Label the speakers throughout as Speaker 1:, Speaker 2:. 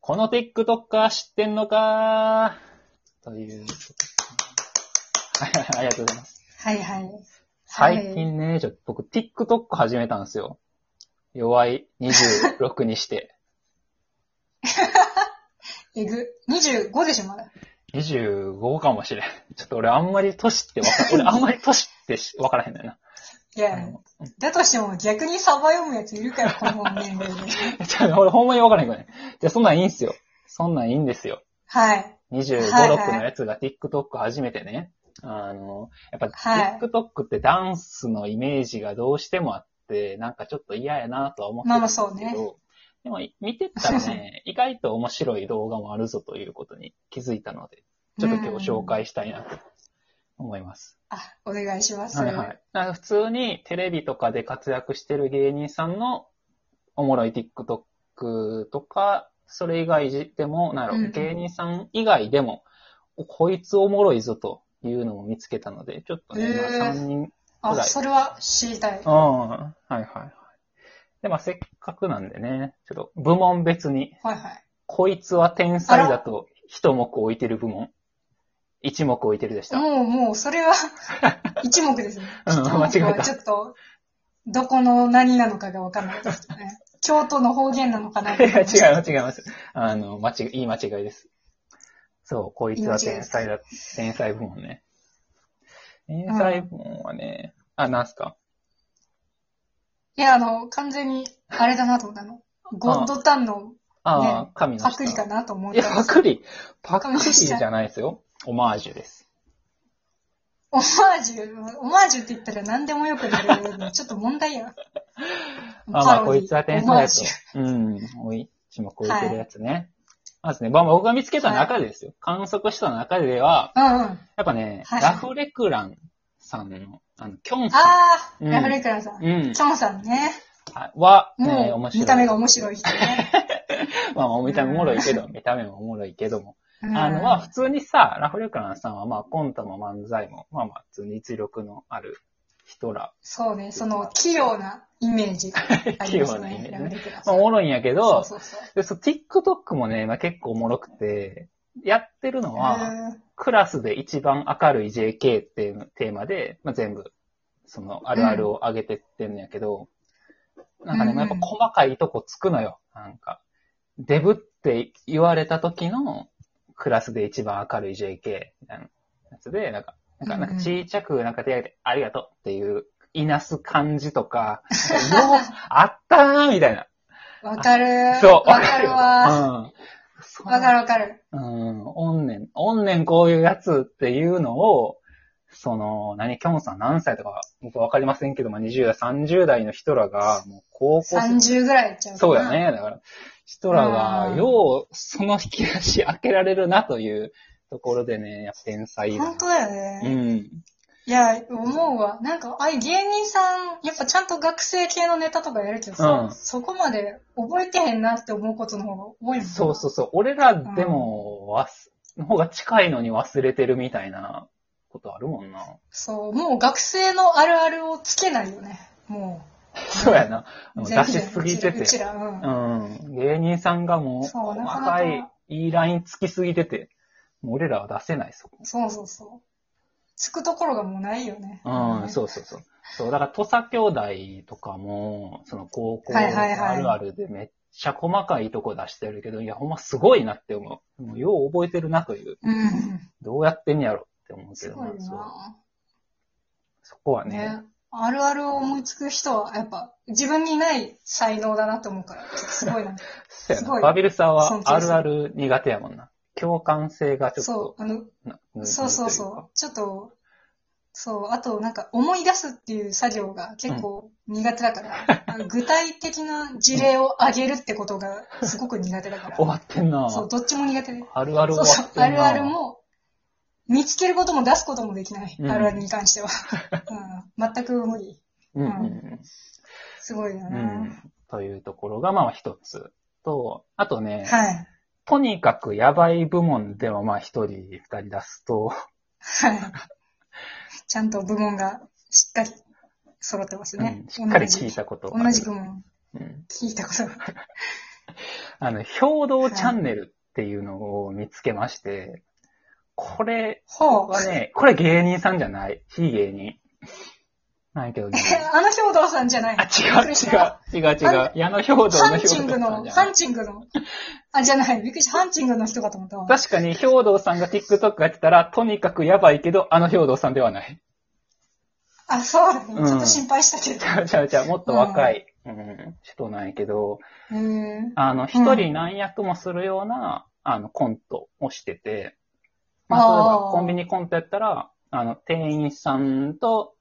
Speaker 1: この TikToker 知ってんのかーという。 ありがとうございます。
Speaker 2: はいはい。
Speaker 1: 最近ね、ちょっと僕 TikTok 始めたんですよ。弱い26にして。
Speaker 2: えぐ。25でしょ、まだ。
Speaker 1: 25かもしれん。ちょっと俺あんまり年 ってわか、俺あんまり年ってしわからへんねんな。
Speaker 2: いや
Speaker 1: あ、の
Speaker 2: だとしても逆にサバ読むやついるから、この年 齢で。
Speaker 1: ちょ俺ほんまにわからへんからね。じゃあそんなんいいんすよ。そんなんいいんですよ。
Speaker 2: はい。
Speaker 1: 25、
Speaker 2: はいはい
Speaker 1: 6のやつが TikTok 初めてね。あの、やっぱ
Speaker 2: はい
Speaker 1: TikTok ってダンスのイメージがどうしてもあって、なんかちょっと嫌やなとは思ってたんですけど、
Speaker 2: まあまあそう
Speaker 1: でも見てったら ね、意外と面白い動画もあるぞということに気づいたので、ちょっと今日紹
Speaker 2: うん。
Speaker 1: 介したいなと思います。
Speaker 2: あ、お願いします。
Speaker 1: はいはい。なんか普通にテレビとかで活躍してる芸人さんのおもろい TikTok とか、それ以外じでも、なんやろ、
Speaker 2: うんうん
Speaker 1: 芸人さん以外でも、おこいつおもろいぞというのも見つけたので、ちょっとね、
Speaker 2: へー
Speaker 1: まあ3人、
Speaker 2: あ、それは知りたい。
Speaker 1: うん、はいはいはい。で、まあせっかくなんでね、ちょっと部門別に、
Speaker 2: はいはい。
Speaker 1: こいつは天才だと一目置いてる部門、一目置いてるでした。
Speaker 2: もうもう、それは 一目ですね。
Speaker 1: うん間違えた
Speaker 2: 一目はちょっと、どこの何なのかがわかんないですね。京都の方言なのかない
Speaker 1: や、違います、違います。あの、間違い、いい間違いです。そう、こいつは天才だ、天才部門ね。天才部門はね、あ、なんすか
Speaker 2: いや、あの、完全に、あれだなと思ったの。ゴッドタンの
Speaker 1: ああ、
Speaker 2: ね
Speaker 1: 神の舌
Speaker 2: パクリかなと思っ
Speaker 1: いや、
Speaker 2: たんで
Speaker 1: パ
Speaker 2: す。
Speaker 1: クリ、パク
Speaker 2: 神
Speaker 1: リ
Speaker 2: の舌
Speaker 1: じゃないですよ。オマージュです。
Speaker 2: オマージュ、オマージュって言ったら何でもよくな るよね。ちょっと問題や。
Speaker 1: あ、まあ、こいつは天才だ
Speaker 2: オマージュ
Speaker 1: と。うん、おい、一目置いてるやつね。まずね、まあ僕が見つけた中でですよ。観測した中では、
Speaker 2: うんうん。あ
Speaker 1: やっぱね、
Speaker 2: はい
Speaker 1: ラフレクランさんの、あの、キョンさ
Speaker 2: あー、
Speaker 1: うん
Speaker 2: ラフレクランさん。
Speaker 1: ん。
Speaker 2: キ
Speaker 1: うん。
Speaker 2: ョンさんね。
Speaker 1: は、ね、
Speaker 2: も
Speaker 1: 面
Speaker 2: う、
Speaker 1: 白い。
Speaker 2: 見た目が面白い 人ね。
Speaker 1: まあまあ、見た目おもろいけど、見た目もおもろいけども。
Speaker 2: うん
Speaker 1: あの、まあ、普通にさ、ラフレクランさんはまあ、コントも漫才も、まあまあ、普通に実力のある人ら。
Speaker 2: そうね、その、器用なイメージがあります
Speaker 1: 器用なイメージね
Speaker 2: ね。ラフレクラン
Speaker 1: ま
Speaker 2: さ
Speaker 1: あ、
Speaker 2: ん。
Speaker 1: おもろいんやけ
Speaker 2: そ
Speaker 1: ど
Speaker 2: う、そうそう。
Speaker 1: で、そう、TikTok もね、まあ結構おもろくて、やってるのは、
Speaker 2: うん
Speaker 1: クラスで一番明るい JK っていうテーマで、まあ全部、その、あるあるを上げてってんのやけど、なんかね、
Speaker 2: うん
Speaker 1: まあやっぱ細かいとこつくのよ。なんか、デブって言われた時の、クラスで一番明るい JK みたいなやつで、なんか、なんか、
Speaker 2: うん
Speaker 1: な
Speaker 2: うんん
Speaker 1: かちいちゃくなんか手挙げて、ありがとうっていう、いなす感じと か、なんかよう、あったなーみたいな。
Speaker 2: わかる。
Speaker 1: そう、
Speaker 2: わかるわ。
Speaker 1: わ。うん。
Speaker 2: わかるわかる。
Speaker 1: うん、おんねん、おんねんこういうやつっていうのを、その、何、キョンさん何歳とか、僕わかりませんけど、まあ、20代、30代の人らが、もう高校生、
Speaker 2: 30ぐらいいっちゃうか
Speaker 1: そう
Speaker 2: な
Speaker 1: や。ね、だから、人ら
Speaker 2: う
Speaker 1: が、
Speaker 2: ん
Speaker 1: よう、その引き出し開けられるなというところでね、やっぱ天才だ
Speaker 2: 本
Speaker 1: な。
Speaker 2: 当だよね。
Speaker 1: うん。
Speaker 2: いや、思うわ。なんか、ああいう芸人さん、やっぱちゃんと学生系のネタとかやるけどさ、
Speaker 1: うん
Speaker 2: そこまで覚えてへんなって思うことの方が多いもんな
Speaker 1: そうそうそう。俺らでも、わす、の方が近いのに忘れてるみたいなことあるもんな。
Speaker 2: そう、もう学生のあるあるをつけないよね。も
Speaker 1: そうやな。出
Speaker 2: う。全然
Speaker 1: しすぎてて。
Speaker 2: うちら、うちらうん。
Speaker 1: うん。芸人さんがもう、
Speaker 2: そう
Speaker 1: 細
Speaker 2: なかなか
Speaker 1: かい、いいラインつきすぎてて、もう俺らは出せない、そこ。
Speaker 2: そうそうそう。つくところがもうないよね。
Speaker 1: うん、そうそうそう。そう、だから、土佐兄弟とかも、その高校の
Speaker 2: はいはいはい
Speaker 1: あるあるでめっちゃ細かいとこ出してるけど、いや、ほんますごいなって思う。もうよう覚えてるなという、
Speaker 2: う。うん。
Speaker 1: どうやってんやろって思うけ
Speaker 2: す
Speaker 1: ど
Speaker 2: ごい
Speaker 1: な
Speaker 2: よ。
Speaker 1: そう
Speaker 2: な。
Speaker 1: そこはね
Speaker 2: ね。あるあるを思いつく人は、やっぱ、自分にない才能だなって思うから、ちょっとすご いな。
Speaker 1: そうや
Speaker 2: す
Speaker 1: な。
Speaker 2: ごい
Speaker 1: バビルさんは
Speaker 2: 尊敬
Speaker 1: あ
Speaker 2: す
Speaker 1: る
Speaker 2: る
Speaker 1: ある苦手やもんな。共感性がちょっ
Speaker 2: そ
Speaker 1: と
Speaker 2: う、あの、
Speaker 1: な、な
Speaker 2: そうそう
Speaker 1: な
Speaker 2: そう。ちょっと、そう、あとなんか思い出すっていう作業が結構苦手だから、 あの具体的な事例を挙げるってことがすごく苦手だか
Speaker 1: ん
Speaker 2: ら。
Speaker 1: 終わってんな
Speaker 2: そう、どっちも苦手で。
Speaker 1: あるある
Speaker 2: そう
Speaker 1: 終
Speaker 2: そ
Speaker 1: わっ、
Speaker 2: う
Speaker 1: てんな
Speaker 2: あるあるも、見つけることも出すこともできない。
Speaker 1: うん
Speaker 2: あるあるに 関しては。うん、全く無理。
Speaker 1: うんうんうん。
Speaker 2: すごいよ
Speaker 1: う
Speaker 2: ね。
Speaker 1: ん。というところが、まあ一つ。と、あとね、
Speaker 2: はい。
Speaker 1: とにかくやばい部門ではまあ一人、二人出すと、
Speaker 2: はい。ちゃんと部門がしっかり揃ってますね
Speaker 1: う。んしっかり
Speaker 2: 同じ
Speaker 1: 聞いたことがある
Speaker 2: 同じ部門。
Speaker 1: うん。
Speaker 2: 聞いたことが
Speaker 1: あの、兵道チャンネルっていうのを見つけまして、これ
Speaker 2: ほう。
Speaker 1: はね、これ芸人さんじゃない。非芸人。なんやけどね。
Speaker 2: え あの兵道さんじゃない。
Speaker 1: あ、違う違う。違う違う。矢野兵道の兵
Speaker 2: ハン
Speaker 1: 道
Speaker 2: チ
Speaker 1: さ
Speaker 2: ン
Speaker 1: ん
Speaker 2: グの、
Speaker 1: じゃ
Speaker 2: ハ
Speaker 1: ない
Speaker 2: ン。チングの。あ、じゃない。びっくりした。ハンチングの人かと思ったわ。
Speaker 1: 確かに兵道さんが TikTok やってたら、とにかくやばいけど、あの兵道さんではない。
Speaker 2: あ、そうだね。
Speaker 1: うん
Speaker 2: ちょっと心配したけ
Speaker 1: ちゃ うちゃうちゃう。もっと若い、うん、人なんやけど、
Speaker 2: ど。うん。
Speaker 1: あの、一人何役もするような、あの、コントをしてて、まあ、例えば
Speaker 2: あー
Speaker 1: コンビニコントやったら、あの、店員さんと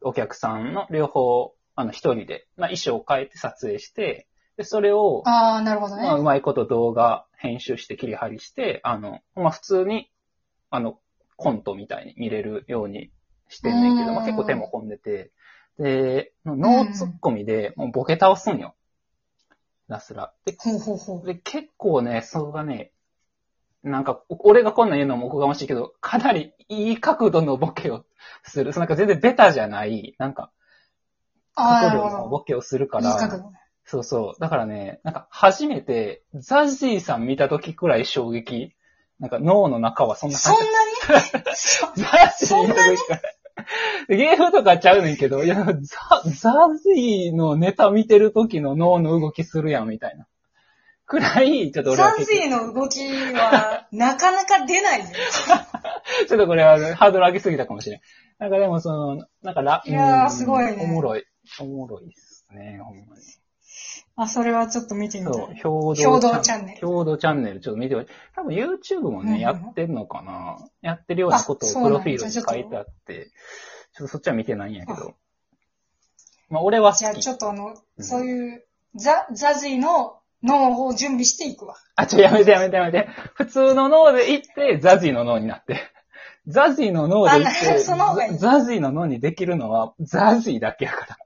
Speaker 1: お客さんの両方、あの、一人で、まあ、衣装を変えて撮影して、で、それを、
Speaker 2: ああ、なるほどね
Speaker 1: まあ、。うまいこと動画編集して切り張りして、あの、まあ、普通に、あの、コントみたいに見れるようにしてんねんけ
Speaker 2: う
Speaker 1: ど、
Speaker 2: ん
Speaker 1: まあ、結構手も込んでて、で、ノーツッコミで、もうボケ倒すんよ。ひたすら。で、
Speaker 2: ほうほうほう。
Speaker 1: で結構ね、それがね、なんか、お俺がこんなん言うのもおこがましいけど、かなりいい角度のボケをする。そのなんか全然ベタじゃない、なんか、
Speaker 2: ああ、なる
Speaker 1: 角度の
Speaker 2: ほ
Speaker 1: ボケをするか
Speaker 2: ど。
Speaker 1: ら、
Speaker 2: いい角度ね。
Speaker 1: そうそう。だからね、なんか初めて、ザジーさん見た時くらい衝撃。なんか脳の中は そんな
Speaker 2: そん
Speaker 1: 感
Speaker 2: なに
Speaker 1: じ。ザジー見た時から。ゲームとかちゃうねんけど、いや、ザ、ザジーのネタ見てる時の脳の動きするやん、みたいな。くらい、 ちょっと俺は
Speaker 2: サン
Speaker 1: 結
Speaker 2: ジーの動きは、なかなか 出ないよ。
Speaker 1: 構、ちょっとこれはハードル上げすぎたかもしれん。なんかでもその、なんかラ、
Speaker 2: いやー
Speaker 1: うん
Speaker 2: すごいね
Speaker 1: おもろい。おもろいっすね、ほんまに。
Speaker 2: あ、それはちょっと見てみた
Speaker 1: そう、
Speaker 2: い。
Speaker 1: 兵
Speaker 2: 兵
Speaker 1: 道
Speaker 2: 道
Speaker 1: チ
Speaker 2: チ
Speaker 1: ャ
Speaker 2: ャ
Speaker 1: ン
Speaker 2: ン
Speaker 1: ネ
Speaker 2: ネ
Speaker 1: ル。
Speaker 2: ル
Speaker 1: 兵道チャンネル、ちょっと見てほしい。多分 YouTube もね、
Speaker 2: うんうん
Speaker 1: やってんのかなやってるようなことをプ
Speaker 2: あそうなん
Speaker 1: ロ
Speaker 2: だ
Speaker 1: フィールに書
Speaker 2: じゃあちょっ
Speaker 1: い
Speaker 2: と
Speaker 1: てあって、ちょっとそっちは見てないんやけ
Speaker 2: あ
Speaker 1: ど。まあ、俺は
Speaker 2: じゃ
Speaker 1: 好
Speaker 2: あ
Speaker 1: き
Speaker 2: ち。ょっとあの、
Speaker 1: うん
Speaker 2: そういう、ザ、ザジーの脳を準備していくわ。
Speaker 1: あ、ちょ、やめてやめてやめて。普通の脳で行って、ザジーの脳になって。ザジーの脳で行っ
Speaker 2: あ
Speaker 1: て、
Speaker 2: なそ の方がいい
Speaker 1: ザザジーの脳にできるのは、ザジーだけやか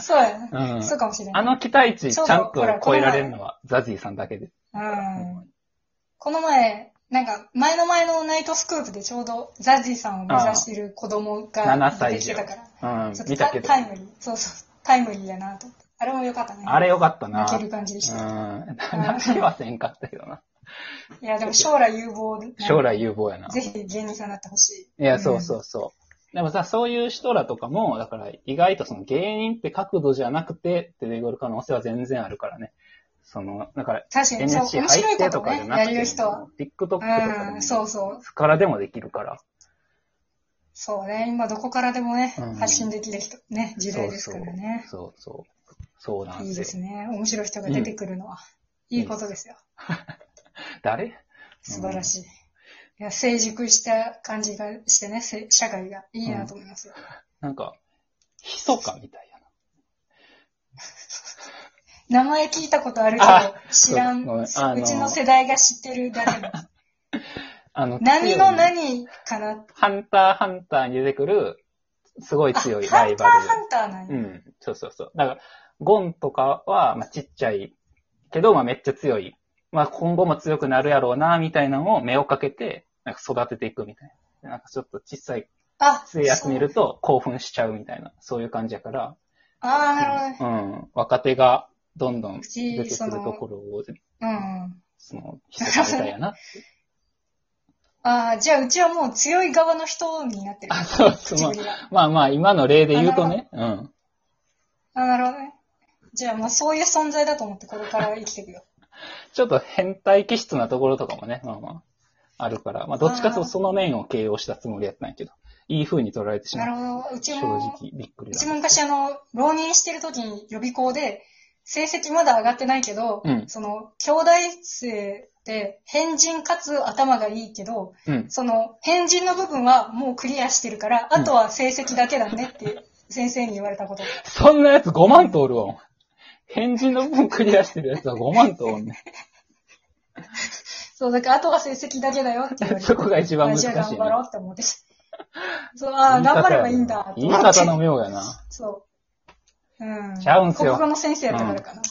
Speaker 2: そうやな。
Speaker 1: ら。うん。
Speaker 2: そうかもしれな
Speaker 1: あ
Speaker 2: い。
Speaker 1: の期待値、ち
Speaker 2: そう
Speaker 1: ゃん
Speaker 2: ほら
Speaker 1: と超
Speaker 2: この
Speaker 1: え
Speaker 2: 前
Speaker 1: られるのは、ザジーさんだけで。
Speaker 2: うん。この前、なんか、前の前のナイトスクープでちょうどザジーさんを目指している子供が
Speaker 1: 7
Speaker 2: 出
Speaker 1: 歳
Speaker 2: てきてたから、
Speaker 1: うん
Speaker 2: ちょっ、と
Speaker 1: 見た
Speaker 2: タ
Speaker 1: けど
Speaker 2: タ。イムリー、そうそう、タイムリーやなと思って。あれも良かったね。
Speaker 1: あれよかったな。
Speaker 2: 泣ける感じでし
Speaker 1: う
Speaker 2: た。
Speaker 1: ん。泣きはせんかったけどな。
Speaker 2: いや、でも将来有望で、
Speaker 1: 将来有望やな。
Speaker 2: ぜひ芸人さんになってほしい。
Speaker 1: いや、そうそうそう。でもさ、そういう人らとかも、だから意外とその芸人って角度じゃなくてって出てくる可能性は全然あるからね。その、だから
Speaker 2: 確かに、そう、
Speaker 1: NSC
Speaker 2: 面白
Speaker 1: 入っ
Speaker 2: い
Speaker 1: て
Speaker 2: ことと
Speaker 1: かじゃ
Speaker 2: ね、
Speaker 1: な
Speaker 2: や
Speaker 1: くて、
Speaker 2: れる人は。
Speaker 1: TikTok とかでも、
Speaker 2: うん、そうそう。
Speaker 1: いつからでもできるから。
Speaker 2: そうね、今どこからでもね
Speaker 1: うん、
Speaker 2: 発信できる人、ね、時代ですからね。
Speaker 1: そうそう。そうそうなん
Speaker 2: いい
Speaker 1: で。
Speaker 2: ですすね。面白い人が出てくるのは、
Speaker 1: ん
Speaker 2: いいことですよ。
Speaker 1: 誰
Speaker 2: 素晴らしい。いや、成熟した感じがしてね、せ社会がいいなと思いますよ。
Speaker 1: なんか、ひそかみたいやな。
Speaker 2: 名前聞いたことあるけど
Speaker 1: あ、
Speaker 2: 知ら
Speaker 1: そ
Speaker 2: ん。
Speaker 1: うごめん
Speaker 2: う
Speaker 1: あの
Speaker 2: ちの世代が知ってるだ けの。
Speaker 1: あの、
Speaker 2: 何の何かな。
Speaker 1: ハンターハンターに出てくる、すごい
Speaker 2: あ、
Speaker 1: 強い
Speaker 2: ハ
Speaker 1: ライ
Speaker 2: ンター
Speaker 1: バル。
Speaker 2: ハンターなん
Speaker 1: う
Speaker 2: や。
Speaker 1: ん。そうそうそう。だから、ゴンとかは、まあ、ちっちゃいけど、まあ、めっちゃ強い。まあ、今後も強くなるやろうな、みたいなのを目をかけて、なんか育てていくみたいな。なんかちょっと小さい、
Speaker 2: あ、
Speaker 1: 強いやつ見
Speaker 2: そう
Speaker 1: ると興奮しちゃうみたいな、そういう感じやから、
Speaker 2: あー、なるほどね。
Speaker 1: うん。若手がどんどん
Speaker 2: う
Speaker 1: 出て
Speaker 2: ち、
Speaker 1: くる
Speaker 2: そ
Speaker 1: と
Speaker 2: の、
Speaker 1: ころを、
Speaker 2: うんうん。
Speaker 1: その、ひそかみたいやな。
Speaker 2: ああ、じゃあうちはもう強い側の人になってる。
Speaker 1: あ、そうそう。まあ
Speaker 2: 唇が。
Speaker 1: まあまあ、今の例で言うとね、うん。
Speaker 2: あ、なるほどね。じゃあもうそういう存在だと思ってこれから生きていくよ。
Speaker 1: ちょっと変態気質なところとかもね、まあまあ、あるから、まあ、どっちかというとその面を形容したつもりやったんやけど、いい風に取られてしま
Speaker 2: な
Speaker 1: う。
Speaker 2: るほど。うち
Speaker 1: 正
Speaker 2: も、
Speaker 1: 直、びっくり
Speaker 2: う
Speaker 1: だ
Speaker 2: ち。も昔あの、浪人してる時に予備校で、成績まだ上がってないけど、
Speaker 1: うん
Speaker 2: その、兄弟生で、変人かつ頭がいいけど、
Speaker 1: うん。
Speaker 2: その、変人の部分はもうクリアしてるから、あとは成績だけだねって先生に言われたこと。
Speaker 1: そんなやつ5万通るわ。お前変人の分クリアしてるやつは5万通るね。
Speaker 2: そう、だからあとは成績だけだよって言われて。
Speaker 1: そこが一番難しい
Speaker 2: あ
Speaker 1: ね
Speaker 2: じゃあ頑張ろうって 思って。そう、 ああ、頑張ればいいんだって
Speaker 1: 言い
Speaker 2: 思って
Speaker 1: 方の妙やな。
Speaker 2: そう。うん。
Speaker 1: ちゃうんすよ
Speaker 2: 国語の先生やったからかな。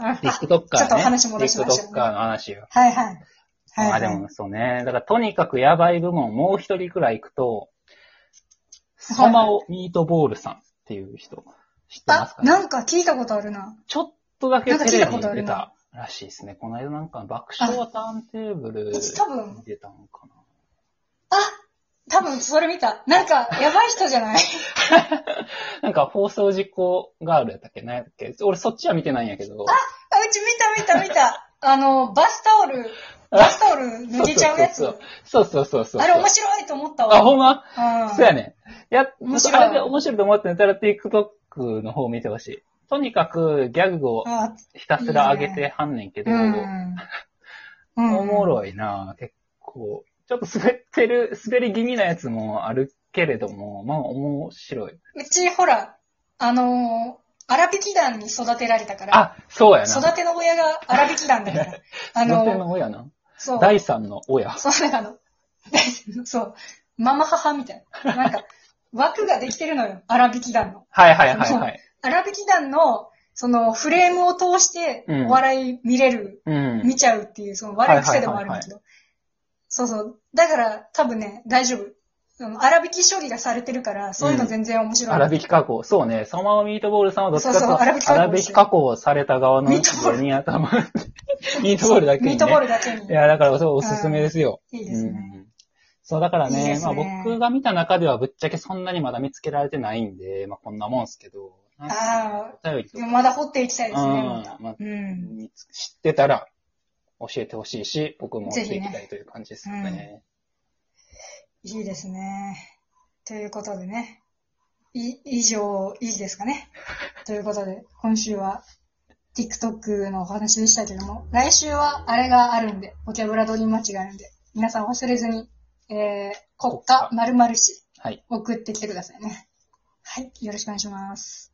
Speaker 2: うん、あ
Speaker 1: TikToker ね。
Speaker 2: ちょっと話戻しましょう
Speaker 1: TikToker の話よ。
Speaker 2: はいはい。はい、
Speaker 1: ま
Speaker 2: は
Speaker 1: あ
Speaker 2: い。
Speaker 1: でもそうね。だからとにかくやばい部門もう一人くらい行くと、ソマオミートボールさんっていう人、知ってます
Speaker 2: あ
Speaker 1: か、ね
Speaker 2: なんか聞いたことあるな。
Speaker 1: ちょっとだけ
Speaker 2: なんか
Speaker 1: テ
Speaker 2: 聞い
Speaker 1: レ
Speaker 2: た
Speaker 1: ビ
Speaker 2: こと
Speaker 1: に
Speaker 2: あ
Speaker 1: 出
Speaker 2: るな
Speaker 1: たらしいですね。この間なんか爆笑ターンテーブル
Speaker 2: うち多分
Speaker 1: に出たのかな。
Speaker 2: あ多分それ見た。なんか、やばい人じゃない
Speaker 1: なんか放送事故ガールやったっけ何やったっけ俺そっちは見てないんやけど。
Speaker 2: あ、うち見た見た見た。あの、バスタオル、バスタオル抜けちゃうやつ。
Speaker 1: そうそうそうそうそうそうそう。
Speaker 2: あれ面白いと思ったわ。
Speaker 1: あ、ほんま
Speaker 2: うん
Speaker 1: そうやね。や、
Speaker 2: 面白い
Speaker 1: あれで面白いと思ってたら TikTok の方を見てほしい。とにかくギャグを
Speaker 2: あ
Speaker 1: ひたすら上げてはんねんけど、
Speaker 2: うん。うん
Speaker 1: おもろいな結構。ちょっと滑ってる、滑り気味なやつもあるけれども、まあ面白い。
Speaker 2: うち、ほら、あのー、荒引き団に育てられたから、
Speaker 1: あ、そうやな。
Speaker 2: 育ての親が荒引き団 だから、あ
Speaker 1: 育て
Speaker 2: のー、
Speaker 1: の親な。
Speaker 2: そう、
Speaker 1: 第三の親。
Speaker 2: そう、なんかあの、大好き そう、ママ母みたいな。 なんか、枠ができてるのよ、荒引き団の。
Speaker 1: はいはいはいはい。
Speaker 2: 荒引き団の、その、フレームを通して
Speaker 1: う、ん
Speaker 2: お笑い見れる、
Speaker 1: うん。
Speaker 2: 見ちゃうっていう、その、笑い癖でもあるんだけど。そうそう。だから、多分ね、大丈夫。あの荒引き処理がされてるから、そういうの全然面白い。
Speaker 1: 粗挽き加工。そうね。そのままミートボールさんはどっちかという
Speaker 2: そう
Speaker 1: と
Speaker 2: そう粗挽き加工
Speaker 1: 粗挽き加工された側の
Speaker 2: ミートボール
Speaker 1: に頭。 ミートボールだけに、ね。
Speaker 2: ミートボールだけに。
Speaker 1: いや、だからそう、おすすめですよ。
Speaker 2: いいうですね。
Speaker 1: ん。そう、だからね
Speaker 2: いいです
Speaker 1: まあ
Speaker 2: ね
Speaker 1: 僕が見た中ではぶっちゃけそんなにまだ見つけられてないんで、まあこんなもんすけど。なんか
Speaker 2: あ
Speaker 1: お便りと
Speaker 2: でも
Speaker 1: か
Speaker 2: まだ掘っていきたいですね、
Speaker 1: うん
Speaker 2: また。
Speaker 1: まあ
Speaker 2: うん。
Speaker 1: 見つ知ってたら教えてほしいし、僕も追
Speaker 2: ぜ
Speaker 1: っ
Speaker 2: ひ
Speaker 1: て
Speaker 2: ね
Speaker 1: いきたいという感じですよね。
Speaker 2: いいですね。ということでね。い、以上、いいですか ね。ということで、今週は TikTok のお話でしたけども、来週はあれがあるんで、ボキャブラドリーマッチがあるんで、皆さん忘れずに、えー、国家〇〇市
Speaker 1: はい。
Speaker 2: 送ってきてくださいね。はい、よろしくお願いします。